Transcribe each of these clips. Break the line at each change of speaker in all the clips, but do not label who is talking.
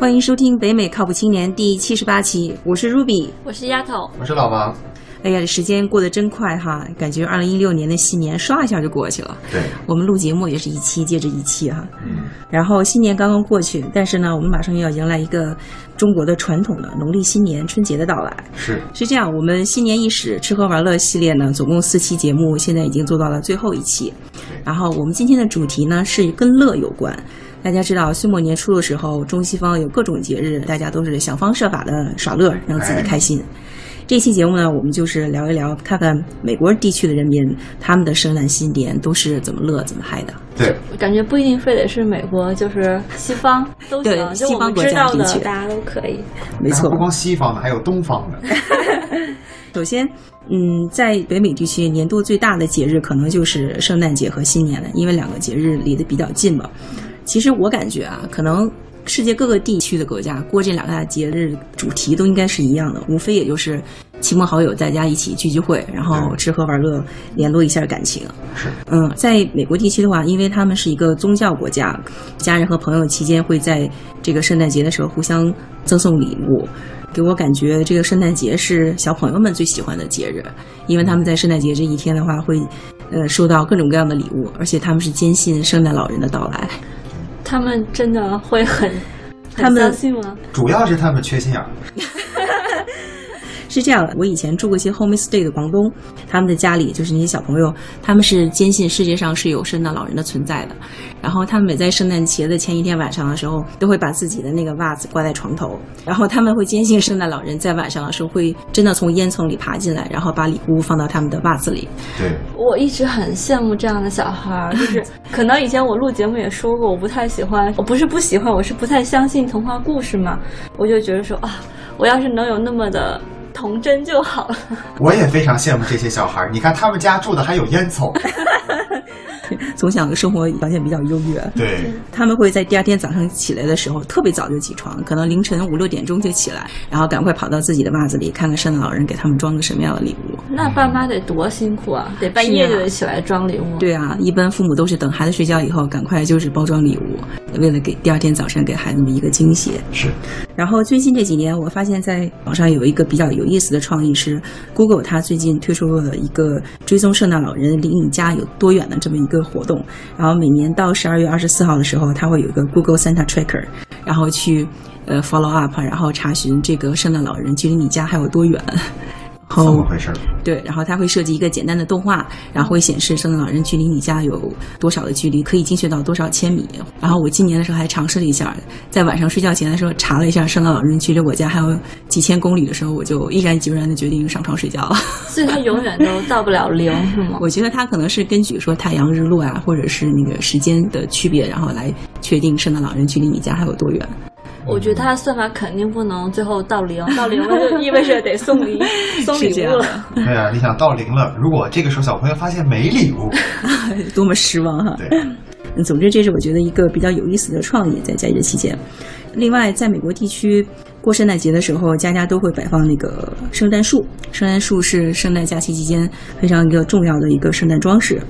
欢迎收听《北美靠谱青年》第七十八期，我是 Ruby。
我是丫头，
我是老王。
哎呀，这时间过得真快哈，感觉二零一六年的新年唰一下就过去了。
对，
我们录节目也是一期接着一期哈。
嗯，
然后新年刚刚过去，但是呢，我们马上又要迎来一个中国的传统的农历新年春节的到来。
是
是这样，我们新年伊始吃喝玩乐系列呢，总共四期节目，现在已经做到了最后一期。然后我们今天的主题呢是跟乐有关。大家知道，岁末年初的时候，中西方有各种节日，大家都是想方设法的耍乐，让自己开心。
哎
这期节目呢，我们就是聊一聊，看看美国地区的人民他们的圣诞新年都是怎么乐、怎么嗨的。
对，
感觉不一定非得是美国，就是西方都行，
对
就我们知道的大家都可以。
没
那
错
不，光西方的，还有东方 的。
首先，嗯，在北美地区，年度最大的节日可能就是圣诞节和新年了，因为两个节日离得比较近嘛。其实我感觉啊，可能世界各个地区的国家过这两大节日主题都应该是一样的，无非也就是亲朋好友在家一起聚聚会，然后吃喝玩乐，联络一下感情。
是，
嗯，在美国地区的话，因为他们是一个宗教国家，家人和朋友期间会在这个圣诞节的时候互相赠送礼物。给我感觉，这个圣诞节是小朋友们最喜欢的节日，因为他们在圣诞节这一天的话，会呃收到各种各样的礼物，而且他们是坚信圣诞老人的到来。
他们真的会很，
他们
很相信吗？
主要是他们缺心眼儿。
是这样的，我以前住过一些 homestay 的广东，他们的家里就是那些小朋友，他们是坚信世界上是有圣诞老人的存在的。然后他们每在圣诞节的前一天晚上的时候，都会把自己的那个袜子挂在床头，然后他们会坚信圣诞老人在晚上的时候会真的从烟囱里爬进来，然后把礼物放到他们的袜子里。
对，
我一直很羡慕这样的小孩 儿，就是可能以前我录节目也说过，我不太喜欢，我不是不喜欢，我是不太相信童话故事嘛。我就觉得说啊，我要是能有那么的童真就好了。
我也非常羡慕这些小孩儿。你看他们家住的还有烟囱。
总想生活条件比较优越，
对，
他们会在第二天早上起来的时候特别早就起床，可能凌晨五六点钟就起来，然后赶快跑到自己的袜子里看看圣诞老人给他们装个什么样的礼物。
那爸妈得多辛苦啊，得半夜
是啊
就得起来装礼物。
对啊，一般父母都是等孩子睡觉以后，赶快就是包装礼物，为了给第二天早上给孩子们一个惊喜。
是
然后最近这几年，我发现在网上有一个比较有意思的创意是，Google 它最近推出了一个追踪圣诞老人离你家有多远的这么一个活动。然后每年到十二月二十四号的时候，它会有一个 Google Santa Tracker，然后去呃 follow up，然后查询这个圣诞老人距离你家还有多远。 然
这
后
么回事儿。
对，然后它会设计一个简单的动画，然后会显示圣诞老人距离你家有多少的距离，可以精确到多少千米。然后我今年的时候还尝试了一下，在晚上睡觉前的时候查了一下圣诞老人距离我家还有几千公里的时候，我就毅然决然的决定上床睡觉了。
所以他永远都到不了零，是 吗？
我觉得它可能是根据说太阳日落啊，或者是那个时间的区别，然后来确定圣诞老人距离你家还有多 远。
我觉得他的算法肯定不能最后 到零，到零了就意味着得送礼送
是这
礼
样
物
的
了。
对啊，你想到零了，如果这个时候小朋友发现没礼物，
多么失望哈！
对，
嗯总之，这是我觉得一个比较有意思的创意，在假日期间。另外，在美国地区过圣诞节的时候，家家都会摆放那个圣诞树，圣诞树是圣诞假期期间非常一个重要的一个圣诞装饰。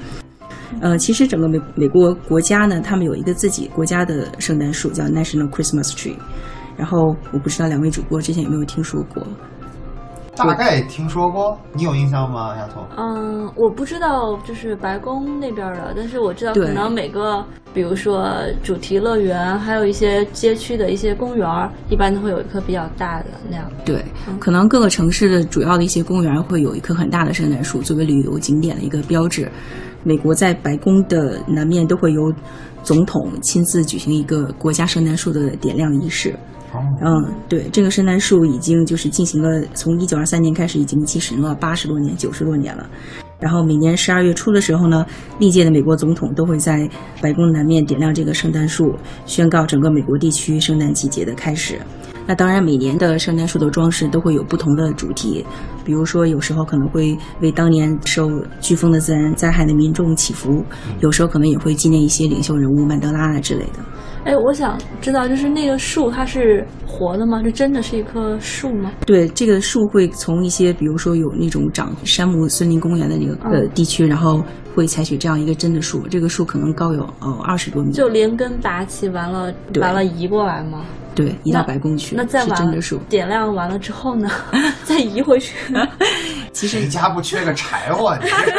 呃，其实整个美美国国家呢，他们有一个自己国家的圣诞树，叫 National Christmas Tree。然后我不知道两位主播之前有没有听说过，
大概听说过，你有印象吗，丫头？
嗯，我不知道就是白宫那边的，但是我知道
对
可能每个，比如说主题乐园，还有一些街区的一些公园儿，一般都会有一棵比较大的那样。
对
嗯，
可能各个城市的主要的一些公园会有一棵很大的圣诞树作为旅游景点的一个标志。美国在白宫的南面都会由总统亲自举行一个国家圣诞树的点亮仪式。
哦，
嗯，对，这个圣诞树已经就是进行了，从一九二三年开始已经进行了八十多年、九十多年了。然后每年十二月初的时候呢，历届的美国总统都会在白宫南面点亮这个圣诞树，宣告整个美国地区圣诞季节的开始。那当然，每年的圣诞树的装饰都会有不同的主题，比如说有时候可能会为当年受飓风的自然灾害的民众祈福，有时候可能也会纪念一些领袖人物曼德拉啊之类的。
哎，我想知道，就是那个树它是活的吗？这真的是一棵树吗？
对，这个树会从一些，比如说有那种长山姆森林公园的那个、呃
嗯
地区，然后会采取这样一个真的树，这个树可能高有哦二十多米，
就连根拔起，完了
对
完了移过来吗？
对，移到
那
白宫去，
那再
是
完
真
了
的树。
点亮完了之后 呢，再移回去。
其实
谁家不缺个柴火？你这是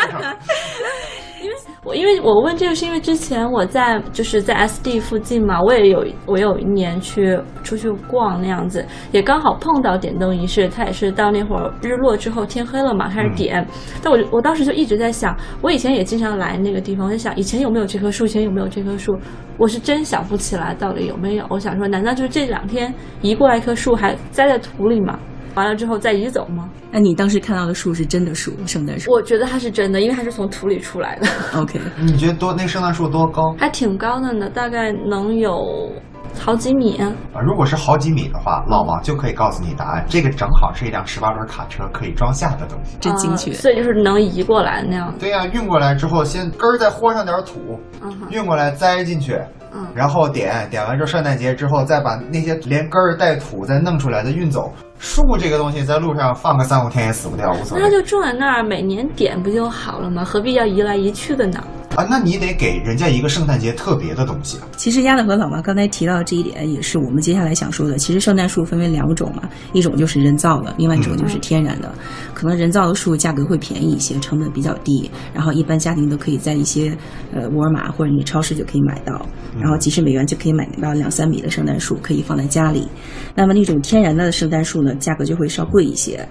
我因为我问这个是因为之前我在就是在 SD 附近嘛，我也有我有一年去出去逛那样子，也刚好碰到点灯仪式，它也是到那会儿日落之后天黑了嘛开始点，但我就我当时就一直在想，我以前也经常来那个地方，我就想以前有没有这棵树，以前有没有这棵树，我是真想不起来到底有没有。我想说，难道就是这两天移过来一棵树还栽在土里吗？完了之后再移走吗？
那你当时看到的树是真的树，圣诞树。
我觉得它是真的，因为它是从土里出来的。
OK，
你觉得多那圣诞树多高
还挺高的呢，大概能有好几米。
啊？如果是好几米的话，老王就可以告诉你答案。这个正好是一辆十八轮卡车可以装下的东西。
真精
呃
确。
所以就是能移过来那样。
对呀、运过来之后，先根儿再豁上点土，
嗯哼，
运过来栽进去，
嗯
然后点点完之后，圣诞节之后再把那些连根儿带土再弄出来的运走。树这个东西在路上放个三五天也死不掉，无所
那它
谓
就种在那儿，每年点不就好了吗？何必要移来移去的呢？
啊。那你得给人家一个圣诞节特别的东西啊。
其实鸭子和老妈刚才提到这一点，也是我们接下来想说的。其实圣诞树分为两种嘛，一种就是人造的，另外一种就是天然的。可能人造的树价格会便宜一些，成本比较低，然后一般家庭都可以在一些呃沃尔玛或者你超市就可以买到，然后几十美元就可以买到两三米的圣诞树，可以放在家里。那么那种天然的圣诞树呢，价格就会稍贵一些。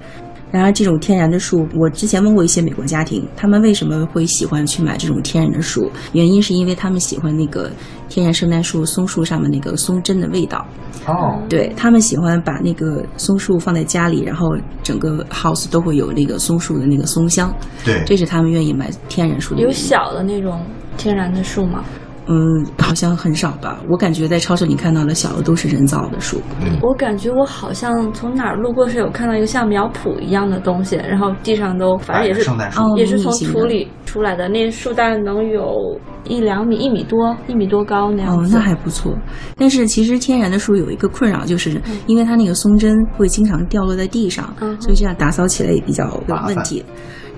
然而，这种天然的树，我之前问过一些美国家庭，他们为什么会喜欢去买这种天然的树？原因是因为他们喜欢那个天然圣诞树松树上面那个松针的味道。
哦，
嗯
对他们喜欢把那个松树放在家里，然后整个 house 都会有那个松树的那个松香，
对，
这是他们愿意买天然树的原
有
因。
小的那种天然的树吗？
嗯，好像很少吧？我感觉在超市里看到的小的都是人造的树。
嗯
我感觉我好像从哪儿路过时有看到一个像苗圃一样的东西，然后地上都反正也
摆着
是
哎圣诞树
哦
也嗯是从土里出来的，那树大概能有一两米、一米多、一米多高那样
哦，
子。
那还不错。但是其实天然的树有一个困扰，就是因为它那个松针会经常掉落在地上，
嗯哼
所以这样打扫起来也比较有问题。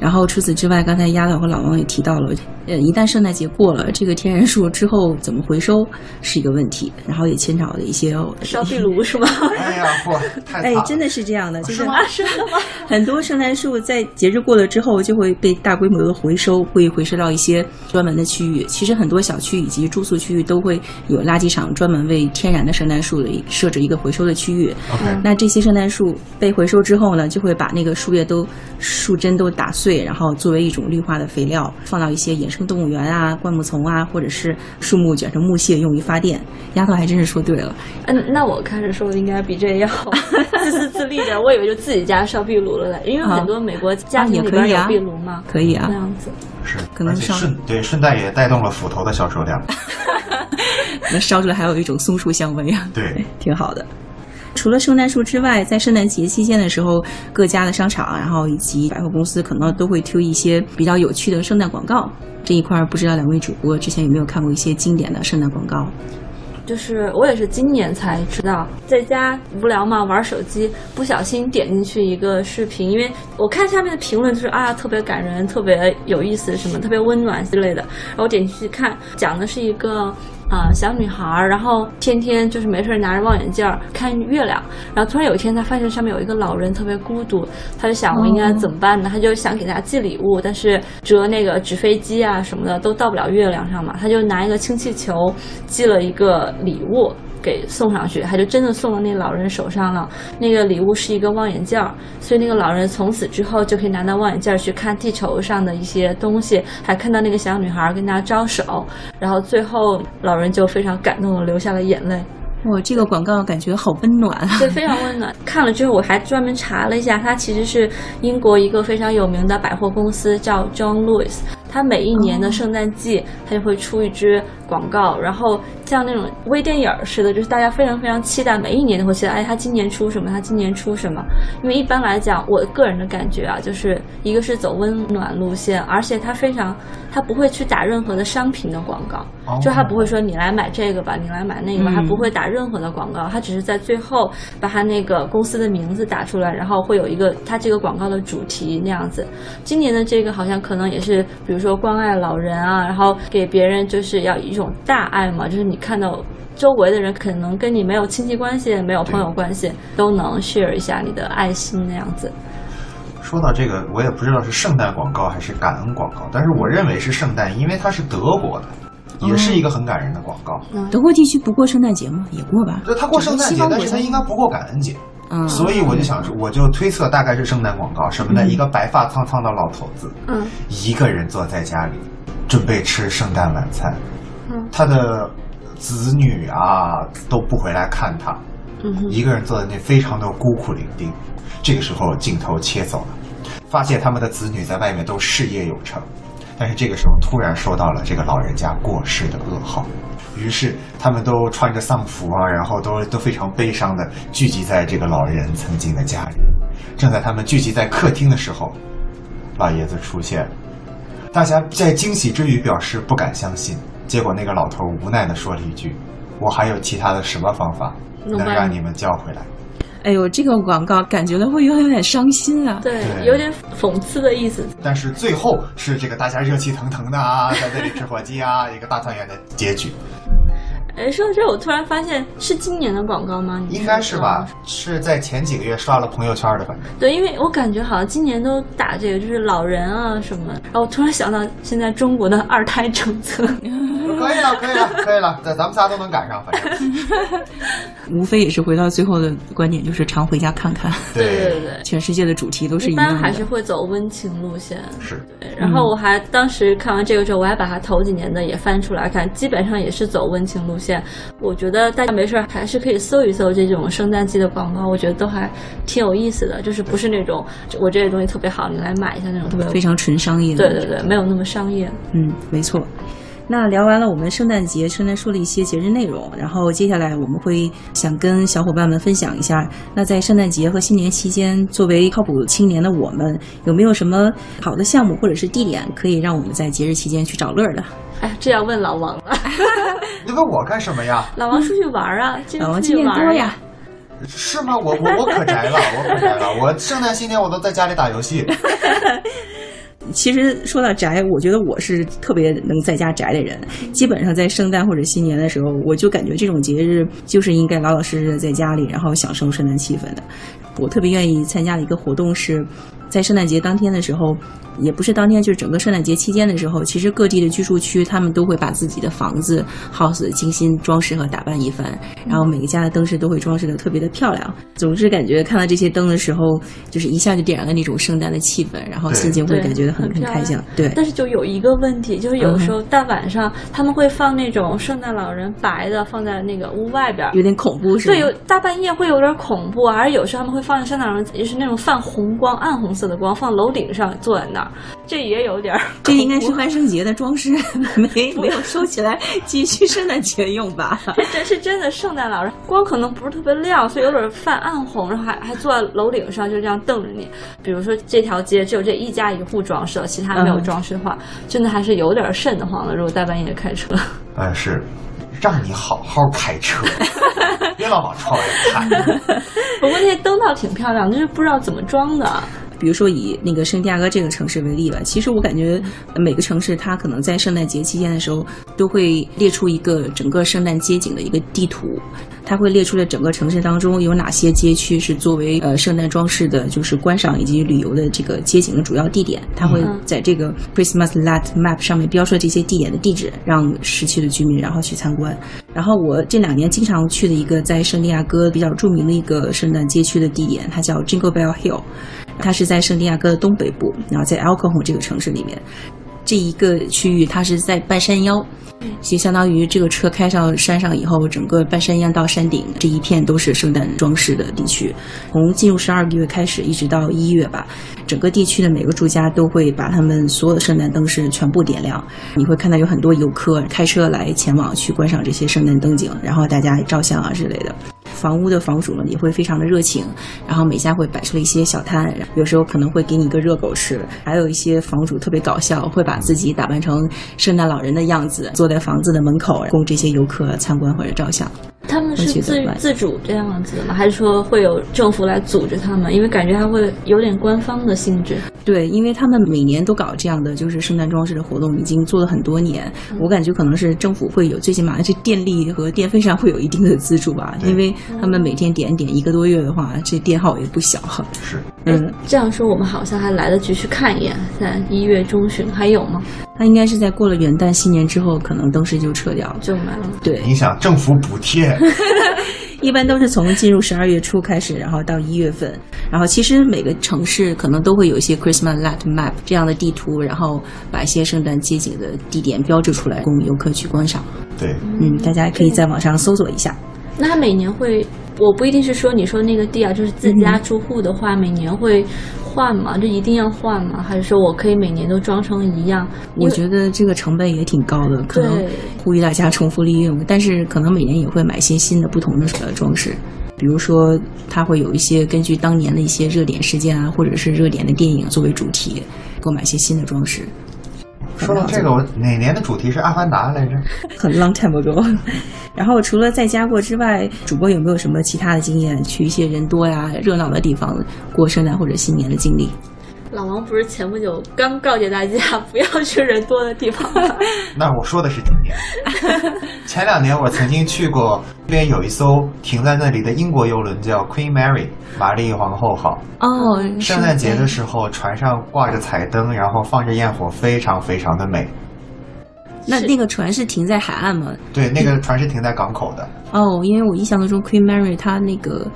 然后除此之外，刚才丫头和老王也提到了，呃，一旦圣诞节过了，这个天然树之后怎么回收是一个问题，然后也牵扯了一些
烧 壁炉是吗？
哎呀，不，太惨
哎
了，
真的是这样的，就是
是吗
啊，是的吗？
很多圣诞树在节日过了之后，就会被大规模的回收，会回收到一些专门的区域。其实很多小区以及住宿区域都会有垃圾场，专门为天然的圣诞树的设置一个回收的区域。
OK，
嗯
那这些圣诞树被回收之后呢，就会把那个树叶都树针都打碎，然后作为一种绿化的肥料，放到一些野生动物园啊、灌木丛啊，或者是树木卷成木屑用于发电。丫头还真是说对了，
嗯，那我开始说的应该比 这要自私自利点，我以为就自己家烧壁炉了嘞，因为
啊
很多美国家庭里
啊
边
也可以
有
啊
壁炉嘛，
可以啊
那。样子。
是，
可能
而且
上
顺对顺带也带动了斧头的销售量，
那烧出来还有一种松树香味啊，
对，
挺好的。除了圣诞树之外，在圣诞节期间的时候，各家的商场，啊然后以及百货公司，可能都会推一些比较有趣的圣诞广告。这一块儿不知道两位主播之前有没有看过一些经典的圣诞广告？
就是我也是今年才知道，在家无聊嘛，玩手机，不小心点进去一个视频，因为我看下面的评论就是啊，特别感人，特别有意思，什么特别温暖之类的。然后我点进去看，讲的是一个。啊、小女孩儿，然后天天就是没事儿拿着望远镜儿看月亮，然后突然有一天，她发现上面有一个老人特别孤独，她就想我应该怎么办呢？她就想给他寄礼物，但是折那个纸飞机啊什么的都到不了月亮上嘛，她就拿一个氢气球寄了一个礼物给送上去，她就真的送到那老人手上了。那个礼物是一个望远镜儿，所以那个老人从此之后就可以拿到望远镜儿去看地球上的一些东西，还看到那个小女孩跟他招手，然后最后老人就非常感动的流下了眼泪。
哇，这个广告感觉好温暖啊！
对，非常温暖。看了之后，我还专门查了一下，它其实是英国一个非常有名的百货公司，叫 John Lewis。它每一年的圣诞季，它就会出一支广告，然后像那种微电影儿似的，就是大家非常非常期待，每一年都会期待，哎，它今年出什么？它今年出什么？因为一般来讲，我个人的感觉啊，就是一个是走温暖路线，而且它非常，它不会去打任何的商品的广告。
哦
就他不会说你来买这个吧，你来买那个吧，
嗯
他不会打任何的广告，他只是在最后把他那个公司的名字打出来，然后会有一个他这个广告的主题那样子。今年的这个好像可能也是，比如如说关爱老人啊，然后给别人就是要一种大爱嘛，就是你看到周围的人可能跟你没有亲戚关系，没有朋友关系，都能 share 一下你的爱心那样子。
说到这个，我也不知道是圣诞广告还是感恩广告，但是我认为是圣诞，因为它是德国的，也是一个很感人的广告。
嗯，
德国地区不过圣诞节吗？也过吧。
就他过圣诞
西
节
方，国
但
家
是他应该不过感恩节，
嗯，
所以我就想，我就推测大概是圣诞广告什么的。
嗯
一个白发苍苍的老头子，
嗯，
一个人坐在家里，准备吃圣诞晚餐。
嗯，
他的子女啊都不回来看他，
嗯哼，
一个人坐在那非常的孤苦伶仃。这个时候镜头切走了，发现他们的子女在外面都事业有成，但是这个时候突然收到了这个老人家过世的噩耗，于是他们都穿着丧服啊，然后都都非常悲伤的聚集在这个老人曾经的家里。正在他们聚集在客厅的时候，老爷子出现了。大家在惊喜之余表示不敢相信，结果那个老头无奈的说了一句：“我还有其他的什么方法
能
能
把
让
你
你们叫回来？”
哎呦，这个广告感觉到会有点有点伤心啊。
对，
对
有点讽刺的意思。
但是最后是这个大家热气腾腾的啊，在这里吃火鸡啊，一个大团圆的结局，
哎，说到这儿，我突然发现是今年的广告吗？你
应该是吧？？是在前几个月刷了朋友圈的，反正
啊对，因为我感觉好像今年都打这个，就是老人啊什么。然后我突然想到，现在中国的二胎 政策，
可以了，可以了，可以了，咱咱们仨都能赶上，反正
无非也是回到最后的观点，就是常回家看看。
对对
全世界的主题都是
一
一
般
样
还是
的。
会走温情路线。
是。
对然后我
嗯
还当时看完这个之后，我还把它头几年的也翻出来看，基本上也是走温情路线。我觉得大家没事儿还是可以搜一搜这种圣诞季的广告，我觉得都还挺有意思的，就是不是那种我这个东西特别好，你来买一下那种特别
非常纯商业
对
的，
对对，没有那么商业。
嗯，没错。那聊完了我们圣诞节，圣诞说了一些节日内容，然后接下来我们会想跟小伙伴们分享一下，那在圣诞节和新年期间，作为靠谱青年的我们，有没有什么好的项目或者是地点可以让我们在节日期间去找乐儿的？
哎，这要问老王了，哎
你问我干什么呀？
老王出去玩儿啊，这
老王
出
经
去
验
玩
多
儿
呀，，
是吗？我我我可宅了，我可宅了，我圣诞新年我都在家里打游戏。
其实说到宅，我觉得我是特别能在家宅的人。基本上在圣诞或者新年的时候，我就感觉这种节日就是应该老老实实的在家里，然后享受圣诞气氛的。我特别愿意参加的一个活动是，在圣诞节当天的时候，也不是当天，就是整个圣诞节期间的时候，其实各地的居住区他们都会把自己的房子 house 精心装饰和打扮一番，然后每个家的灯饰都会装饰的特别的漂亮。总之，感觉看到这些灯的时候，就是一下就点燃了那种圣诞的气氛，然后
对
心情会
对
感觉到很
很
很
漂
开心。对，
但是就有一个问题，就是
嗯
有时候大晚上他们会放那种圣诞老人白的放在那个屋外边儿。
有点恐怖是吧？
对，有大半夜会有点恐怖，啊而有时候他们会放圣诞老人，也是那种泛红光、暗红色的光，放楼顶上坐在那儿，这也有点儿 恐怖。
这应该是万圣节的装饰， 没没有收起来继续圣诞节用吧？
这真是真的圣诞老人，光可能不是特别亮，所以有点泛暗红，然后还还坐在楼顶上就这样瞪着你。比如说这条街只有这一家一户装饰了，其他没有
嗯
装饰的话，真的还是有点瘆得慌的。如果大半夜开车，
但哎是让你好好开车， 别老往窗外看。
不过那些灯倒挺漂亮，就是不知道怎么装的。啊
比如说以那个圣地亚哥这个城市为例吧，其实我感觉每个城市它可能在圣诞节期间的时候，都会列出一个整个圣诞街景的一个地图，它会列出了整个城市当中有哪些街区是作为呃圣诞装饰的，就是观赏以及旅游的这个街景的主要地点，它会
嗯
在这个 Christmas Light Map 上面标设这些地点的地址，让市区的居民然后去参观。然后我这两年经常去的一个在圣地亚哥比较著名的一个圣诞街区的地点，它叫 Jingle Bell Hill。它是在圣地亚哥的东北部，然后在 Alcohol 这个城市里面，这一个区域它是在半山腰，其实相当于这个车开上山上以后，整个半山腰到山顶这一片都是圣诞装饰的地区。从进入十二个月开始，一直到一月吧，整个地区的每个住家都会把他们所有的圣诞灯饰全部点亮。你会看到有很多游客开车来前往去观赏这些圣诞灯景，然后大家照相啊之类的。房屋的房主呢也会非常的热情，然后每家会摆出了一些小摊，有时候可能会给你一个热狗吃，还有一些房主特别搞笑，会把自己打扮成圣诞老人的样子，坐在房子的门口供这些游客参观或者照相。
他们
获
是
取的
自
外
自主这样子的吗？还是说会有政府来组织他们？因为感觉还会有点官方的性质。
对，因为他们每年都搞这样的就是圣诞装饰的活动，已经做了很多年。我感觉可能是政府会有，最起码这电力和电费上会有一定的资助吧，
对
因为他们每天点一点一个多月的话，这电耗也不小。
是
嗯，
哎这样说，我们好像还来得及去看一眼。现在一月中旬还有吗？
它应该是在过了元旦新年之后，可能灯饰就撤掉了。
就没了。
对，
你想政府补贴，
一般都是从进入十二月初开始，然后到一月份，然后其实每个城市可能都会有一些 Christmas Light Map 这样的地图，然后把一些圣诞街景的地点标志出来，供游客去观赏。
对，
嗯，大家可以在网上搜索一下。
那他每年会，我不一定是说你说那个地啊，就是自家住户的话，每年会换吗？就一定要换吗？还是说我可以每年都装成一样？
我觉得这个成本也挺高的，可能
对
呼吁大家重复利用，但是可能每年也会买一些新的不同的呃装饰，比如说它会有一些根据当年的一些热点事件啊，或者是热点的电影作为主题，购买一些新的装饰。
说到这个，我哪年的主题是《阿凡达》来着？
很 long time ago。然 后除了在家过之外，主播有没有什么其他的经验？去一些人多呀、热闹的地方过圣诞或者新年的经历？
老王不是前不久刚告诫大家不要去人多的地方 吗？
那我说的是今年。前两年我曾经去过，这边有一艘停在那里的英国游轮叫 Queen Mary 玛丽皇后号。
哦，
嗯圣诞节的时候，船上挂着彩灯，然后放着焰火，非常非常的美。
那
是
那个船是停在海岸吗？
对，那个船是停在港口的，
哦，因为我印象当中 Queen Mary 她那个。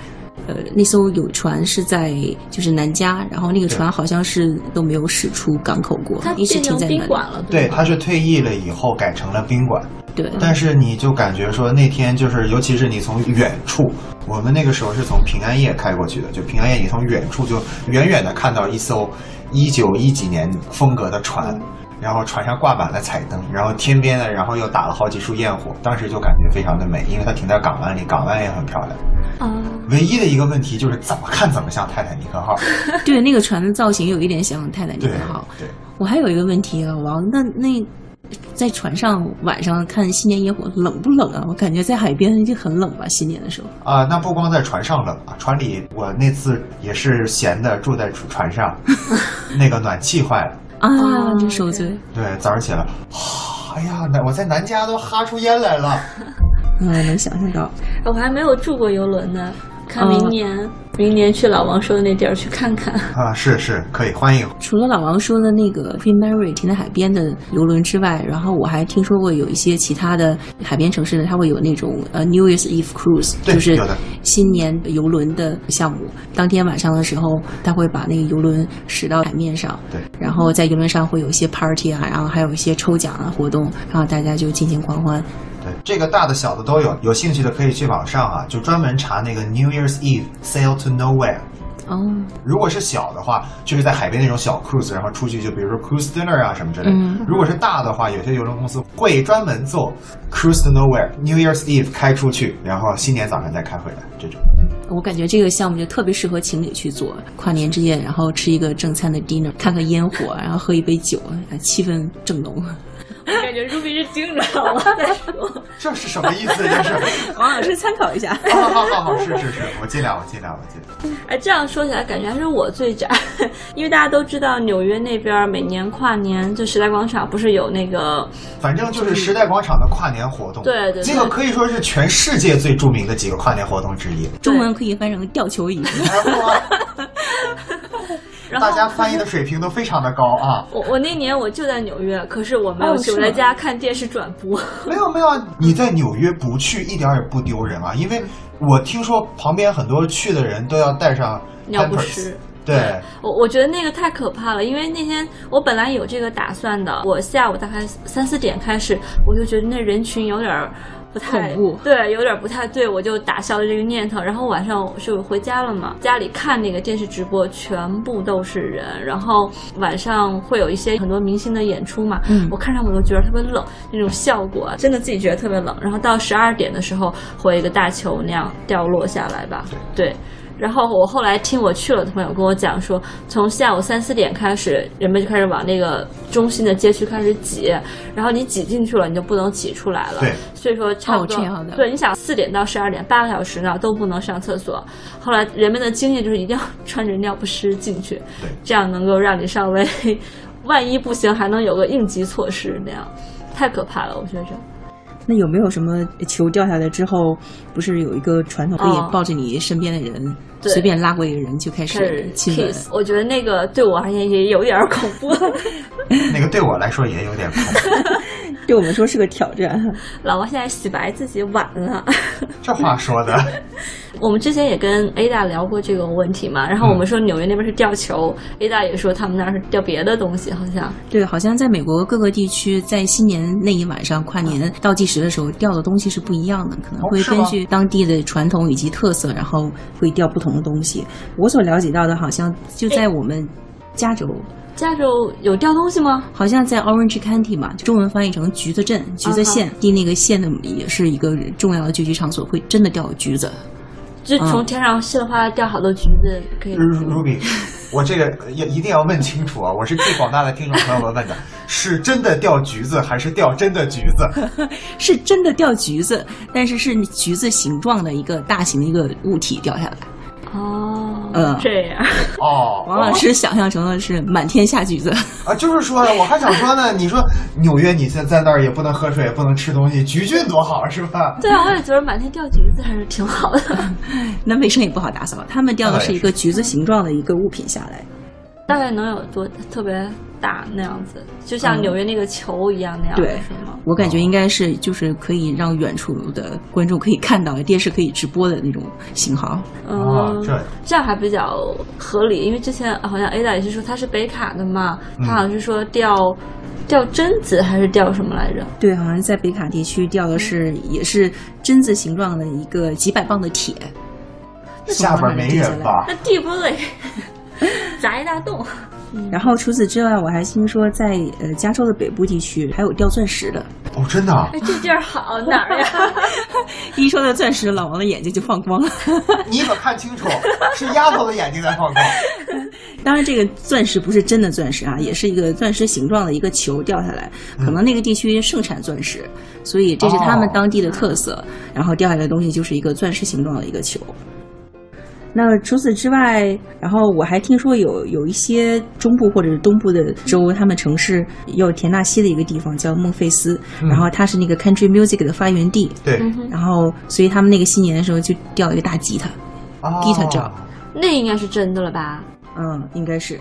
呃，那艘有船是在就是南加，然后那个船好像是都没有驶出港口过
它，
一直
变
停
成
在
宾
那里。
馆了，
对，
吧？
它是退役了以后改成了宾馆。
对，
但是你就感觉说那天就是，尤其是你从远处，我们那个时候是从平安夜开过去的，就平安夜你从远处就远远的看到一艘一九一几年风格的船，然后船上挂满了彩灯，然后天边的，然后又打了好几束焰火，当时就感觉非常的美，因为它停在港湾里，港湾也很漂亮。
啊，
唯一的一个问题就是怎么看怎么像泰坦尼克号，
对那个船的造型有一点像泰坦尼
对
克号。
对。
我还有一个问题啊，王，那那在船上晚上看新年烟火冷不冷啊？我感觉在海边已经很冷吧，新年的时候。
啊、那不光在船上冷啊，船里我那次也是闲的住在船上，那个暖气坏了，
啊，
哦
这受罪。
对，早上起来，哎呀，那我在南加都哈出烟来了。
嗯，能想象到。
我还没有住过游轮呢，看
哦
明年，明年去老王说的那地儿去看看。
啊，是是，可以欢迎。
除了老王说的那个 Queen Mary 停在海边的游轮之外，然后我还听说过有一些其他的海边城市呢，它会有那种呃 New Year's Eve Cruise，
对
就是
有的
新年游轮的项目。当天晚上的时候，他会把那个游轮驶到海面上，
对，
然后在游轮上会有一些 party 啊，然后还有一些抽奖啊活动，然后大家就尽情狂欢。
对，这个大的小的都有，有兴趣的可以去网上啊，就专门查那个 New Year's Eve Sail to Nowhere。
哦，
如果是小的话，就是在海边那种小 cruise，然后出去就比如说 cruise dinner 啊什么之类的。
嗯
如果是大的话，有些邮轮公司会专门做 cruise to nowhere New Year's Eve 开出去，然后新年早上再开回来这种。
我感觉这个项目就特别适合情侣去做，跨年之夜，然后吃一个正餐的 dinner，看看烟火，然后喝一杯酒，啊气氛正浓。
我感觉 Ruby 是盯着老王在说，
这是什么意思？这是？
王老师参考一下。
好好好好，是是是，我尽量，我尽量，我尽量。
哎，这样说起来，感觉还是我最宅，因为大家都知道纽约那边儿每年跨年就时代广场不是有那个
反正就是时代广场的跨年活动，
对对对
这个可以说是全世界最著名的几个跨年活动 之一。
中文可以翻成吊球椅。
然后 啊，
然后
大家翻译的水平都非常的高啊。
我我那年我就在纽约，可是我没有
哦
去，
是
我在
吗
家看电视转播。
没有没有，你在纽约不去一点儿也不丢人啊，因为我听说旁边很多去的人都要带上
尿不
Pampers
湿。
对，
我我觉得那个太可怕了，因为那天我本来有这个打算的，我下午大概三四点开始，我就觉得那人群有点儿不太
恐怖
对，有点儿不太对，我就打消了这个念头。然后晚上我是回家了嘛，家里看那个电视直播，全部都是人，然后晚上会有一些很多明星的演出嘛，
嗯
我看上我都觉得特别冷，那种效果啊真的自己觉得特别冷。然后到十二点的时候，会有一个大球那样掉落下来吧，对。然后我后来听我去了的朋友跟我讲说，从下午三四点开始，人们就开始往那个中心的街区开始挤，然后你挤进去了，你就不能挤出来了。
对，
所以说差不
哦
多
这样的
对，你想四点到十二点八个小时呢都不能上厕所。后来人们的经验就是一定要穿着尿不湿进去，
对
这样能够让你稍微，万一不行还能有个应急措施那样，太可怕了，我觉着。
那有没有什么球掉下来之后，不是有一个传统
可以
哦
抱着你身边的人，
对
随便拉过一个人就开
开始
始亲吻。
kiss，我觉得那个对我而言也有点儿恐 怖。
那个对我来说也有点恐怖。
对我们说是个挑战？
老王现在洗白自己晚了。
这话说的，
我们之前也跟 A 大聊过这个问题嘛，然后我们说纽约那边是吊球、a 大也说他们那儿是吊别的东西，好像
对，好像在美国各个地区，在新年那一晚上跨年倒计时的时候，掉的东西是不一样的，可能
哦
会
是
根
吗
据当地的传统以及特色，然后会掉不同的东西。我所了解到的，好像就在我们加州，
加州有吊东西吗？
好像在 Orange County 嘛，中文翻译成橘子镇、橘子县，地那个县的也是一个重要的聚集场所，会真的掉橘子。
就从
嗯
天上稀里哗啦掉好多橘子，可以。
Ruby，我这个也一定要问清楚啊！我是替广大的听众朋友们问的，是真的掉橘子还是掉真的橘子？
是真的掉橘子，但是是橘子形状的一个大型的一个物体掉下来。
哦，
嗯
这样。
哦，
王老师想象成的是满天下橘子，
啊，就是说呢，我还想说呢，你说纽约，你现在在那儿也不能喝水，也不能吃东西，橘郡多好是吧？
对啊，我也觉得满天掉橘子还是挺好的。
那卫生也不好打扫。他们掉的是一个橘
橘子
子形，
形状的一个物品下来，
大概能有多特别大那样子，就像纽约那个球一样那样，
对
是吗？
我感觉应该是就是可以让远处的观众可以看到，电视可以直播的那种型号。
哦
嗯，
这
这样还比较合理，因为之前好像 Ada 也是说他是北卡的嘛，
嗯
他好像是说掉掉榛子还是掉什么来着？
对，好像在北
北卡地区掉的是也是榛子形状的一个几百磅的铁，
下边没人吧？
那地不 对，砸一大洞。
然后除此之外，我还听说在呃加州的北部地区还有掉钻石的。
哦，真的啊，
哎，这地儿好哪儿呀？
一说到钻石，老王的眼睛就放光了。
你可看 清楚，是丫头的眼睛在放光。
当然，这个钻石不是真的钻石啊，也是一个钻石形状的一个球掉下来。可能那个地区盛产钻石，所以这是他们当地的特色。然后掉下来的东西就是一个钻石形状的一个球。那除此之外，然后我还听说有有一些中部或者是东部的州，他们城市有田纳西的一个地方叫孟菲斯，
嗯
然后它是那个 country music 的发源地，
对，
嗯哼
然后所以他们那个新年的时候就掉一个大吉他，
哦
吉他照
那应该是真的了吧？
嗯，应该 是，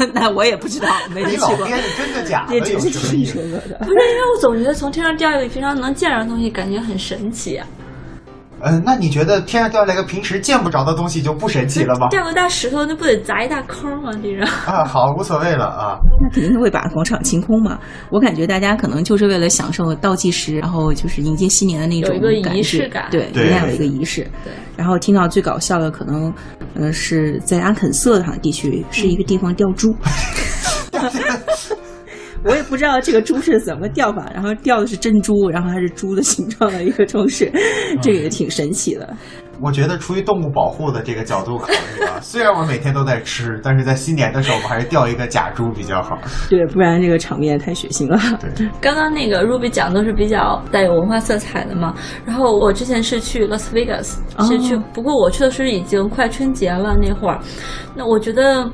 哎
那我也不知道，没人
你
去
老
过。
爹是真的假的？
也
有
只是
什么
听
意
说
思？
过的。
不是，因为我总觉得从天上掉一个平常能见着的东西，感觉很神奇啊。
嗯，那你觉得天上掉下来个平时见不着的东西就不神奇了吗？
掉个大石头，那不得砸一大坑吗？地上。
啊，好，无所谓了啊。
那肯定会把广场清空嘛。
我感觉大家可能就是为了享受倒计时，然后就是迎接新年的那种
有一个仪
感觉
式感
对，
对
一定要有一个仪式。
对，
然后听到最搞笑的，可能呃是在阿肯色好像地区是一个地方掉 猪，我也不知道这个猪是怎么掉法，然后掉的是珍珠，然后还是猪的形状的一个装饰，这个也挺神奇的。
我觉得出于动物保护的这个角度考虑啊， 虽然我每天都在吃，但是在新年的时候，我们还是钓一个假猪比较好。
对，不然这个场面太血腥了。
对，
刚刚那个 Ruby 讲都是比较带有文化色彩的嘛，然后我之前是去 Las Vegas，
哦
是去，不过我去的是已经快春节了那会儿，那我觉得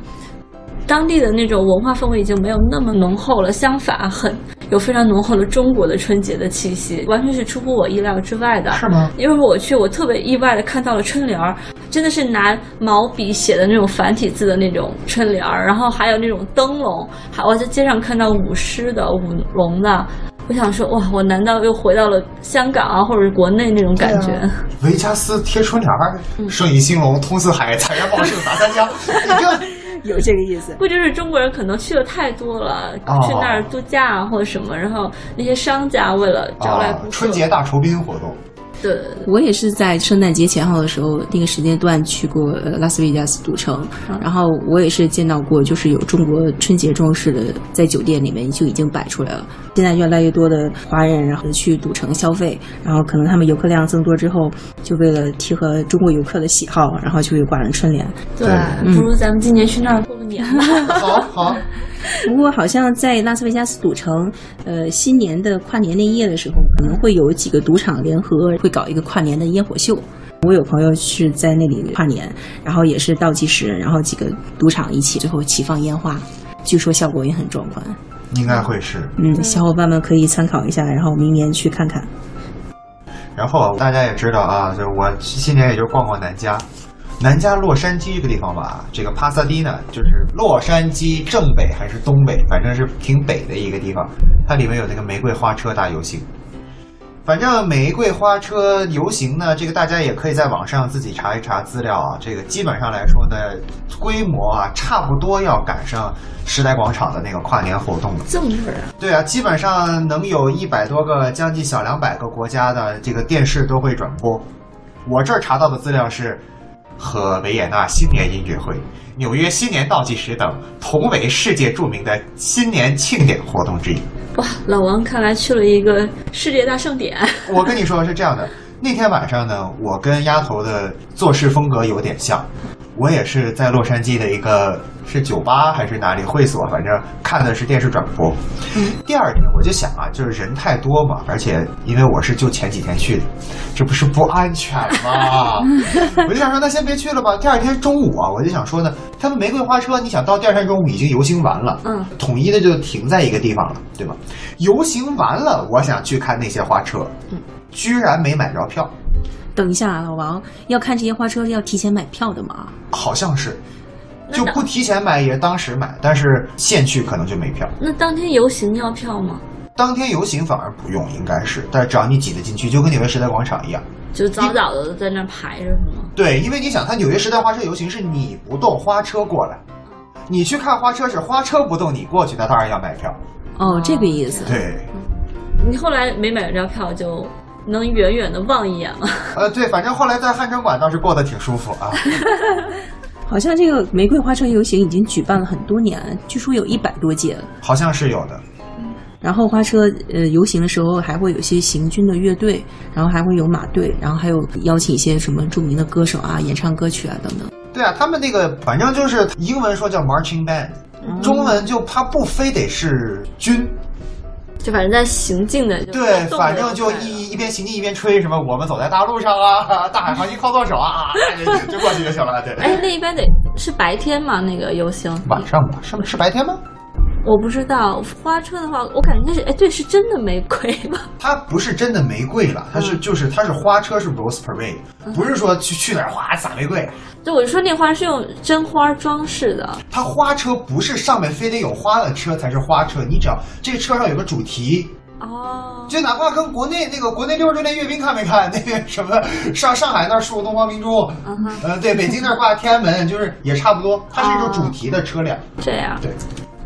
当地的那种文化氛围已经没有那么浓厚了，相反很有非常浓厚的中国的春节的气息，完全是出乎我意料之外的。
是吗？
因为我去，我特别意外的看到了春联儿，真的是拿毛笔写的那种繁体字的那种春联儿，然后还有那种灯笼，还我在街上看到舞狮的、舞龙的，我想说哇，我难道又回到了香港啊，或者是国内那种感觉？
对维加斯贴春联儿，生意兴隆，通四海，财源茂盛，达三江。你这
有这个意思。
不就是中国人可能去的太多了，
哦
去那儿度假啊或者什么，然后那些商家为了招来
啊
顾客，，
春节大酬宾活动，
对对对，
我也是在圣诞节前后的时候，那个时间段去过呃拉斯维加斯赌城，
嗯
然后我也是见到过，就是有中国春节装饰的，在酒店里面就已经摆出来了。
现在越来越多的华人，然后去赌城消费，然后可能他们游客量增多之后，就为了贴合中国游客的喜好，然后就会挂上春联。
对
对
不如咱们今年去那儿过个年 吧。
好好，
不过好像在拉斯维加斯赌城，呃，新年的跨年那一夜的时候，可能会有几个赌场联合会搞一个跨年的烟火秀。我有朋友是在那里跨年，然后也是倒计时，然后几个赌场一起最后齐放烟花，据说效果也很壮观。
应该会是。
嗯，小伙伴们可以参考一下，然后明年去看看。
然后大家也知道啊，就我新年也就逛逛南加，南加洛杉矶这个地方吧，这个帕萨迪呢，就是洛杉矶正北还是东北，反正是挺北的一个地方。它里面有那个玫瑰花车大游行，反正玫瑰花车游行呢，这个大家也可以在网上自己查一查资料啊。这个基本上来说呢，规模啊，差不多要赶上时代广场的那个跨年活动了。
这么多人，
对啊，基本上能有一百多个，将近小两百个国家的这个电视都会转播。我这儿查到的资料是，和维也纳新年音乐会、纽约新年倒计时等同为世界著名的新年庆典活动之一。
哇，老王看来去了一个世界大盛典。
我跟你说是这样的，那天晚上呢，我跟丫头的做事风格有点像，我也是在洛杉矶的一个是酒吧还是哪里会所，反正看的是电视转播。第二天我就想啊，就是人太多嘛，而且因为我是就前几天去的，这不是不安全吗？ 我就想说，那先别去了吧。第二天中午啊，我就想说呢，他们玫瑰花车，你想到第二天中午已经游行完了，
嗯，
统一的就停在一个地方了，对吧？游行完了，我想去看那些花车，
嗯，
居然没买着票，
等一下啊，老王，要看这些花车要提前买票的嘛？
好像是，
那
就不提前买也当时买，但是现去可能就没票。
那当天游行要票吗？
当天游行反而不用，应该是，但只要你挤得进去，就跟纽约时代广场一样。
就早早的在那儿排着是吗？
对，因为你想，它纽约时代花车游行是你不动，花车过来。你去看花车是花车不动，你过去那当然要买票。
哦，这个意思。
对，
你后来没买着票就能远远的望一眼吗？
呃，对，反正后来在汉城馆倒是过得挺舒服啊。
好像这个玫瑰花车游行已经举办了很多年，据说有一百多届了。
好像是有的。
然后花车呃游行的时候还会有一些行军的乐队，然后还会有马队，然后还有邀请一些什么著名的歌手啊演唱歌曲啊等等。
对啊，他们那个反正就是英文说叫 marching band，中文就它不非得是军，
就反正在行进的就
对，反正就
一
一一边行进一边吹什么我们走在大路上啊， 大海航行靠舵手啊， 就就过去就行了。对，
哎，那一般得是白天吗？那个游行
晚上吧，是是白天吗？
我不知道花车的话，我感觉那是哎，对，是真的玫瑰吧？
它不是真的玫瑰了，它是就是它是花车是 rose parade，不是说去去哪儿哗撒玫瑰，啊
对， 我就说那花是用真花装饰的，
它花车不是上面非得有花的车才是花车，你只要这车上有个主题，
哦，
就哪怕跟国内那个国内六十周年阅兵看没看，那个什么上上海那儿竖东方明珠，
嗯哼，
呃，对，北京那儿挂天安门，就是也差不多，它是一种主题的车辆，
这样。
对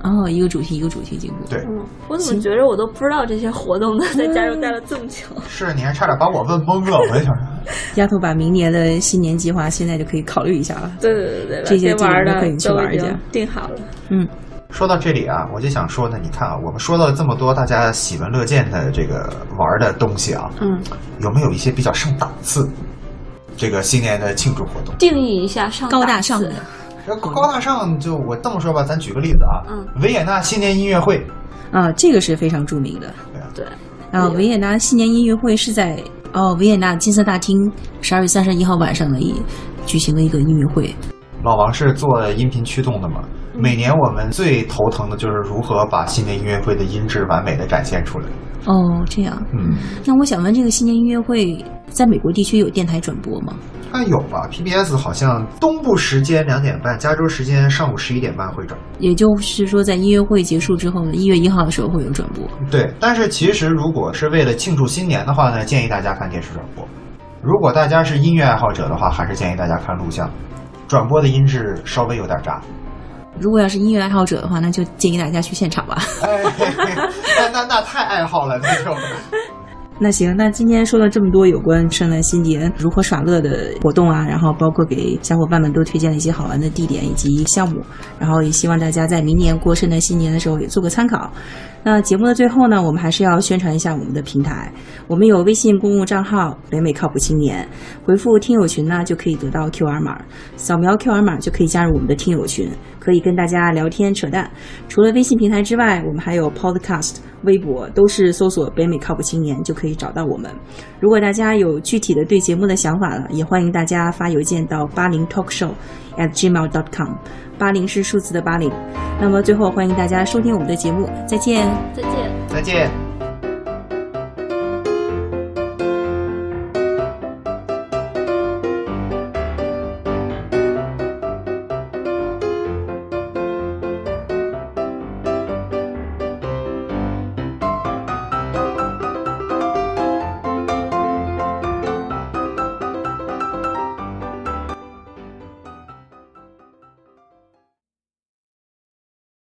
哦，一个主题一个主题进步。
对，
嗯，我怎么觉着我都不知道这些活动呢？在加州待了这么久，
是，你还差点把我问懵了，我就想 说，
丫头把明年的新年计划现在就可以考虑一下了。
对对对对，
这些
把玩
地方都可以
的
去玩一下
都已经定好了。
嗯
说到这里啊，我就想说呢，你看啊，我们说到了这么多大家喜闻乐见的这个玩儿的东西啊，
嗯，
有没有一些比较上档次？这个新年的庆祝活动，
定义一下上
高
档
大
次
上的，
这高大上就我这么说吧，咱举个例子啊，
嗯
维也纳新年音乐会，
啊，这个是非常著名的。
对，
然后啊维也纳新年音乐会是在哦维也纳金色大厅十二月三十一号晚上的一举行的一个音乐会。
老王是做音频驱动的嘛，每年我们最头疼的就是如何把新年音乐会的音质完美的展现出来。
哦，这样。
嗯，
那我想问，这个新年音乐会在美国地区有电台转播吗？
看有吧，PBS 好像东部时间两点半，加州时间上午十一点半会转。
也就是说，在音乐会结束之后，一月一号的时候会有转播。
对，但是其实如果是为了庆祝新年的话呢，建议大家看电视转播；如果大家是音乐爱好者的话，还是建议大家看录像。转播的音质稍微有点渣，
如果要是音乐爱好者的话，那 就建议大家去现场吧。
哎，那那那太爱好了那种。
那行，那今天说了这么多有关圣诞新年如何耍乐的活动啊，然后包括给小伙伴们都推荐了一些好玩的地点以及项目，然后也希望大家在明年过圣诞新年的时候也做个参考。那节目的最后呢，我们还是要宣传一下我们的平台，我们有微信公共账号“北美靠谱青年”，回复“听友群”呢就可以得到 QR 码，扫描 QR 码就可以加入我们的听友群，可以跟大家聊天扯淡。除了微信平台之外，我们还有 Podcast、微博，都是搜索“北美靠谱青年”就可以找到我们。如果大家有具体的对节目的想法了，也欢迎大家发邮件到八零 talk show at gmail dot com，八零是数字的八零。那么最后，欢迎大家收听我们的节目，再见。
再见。
再见。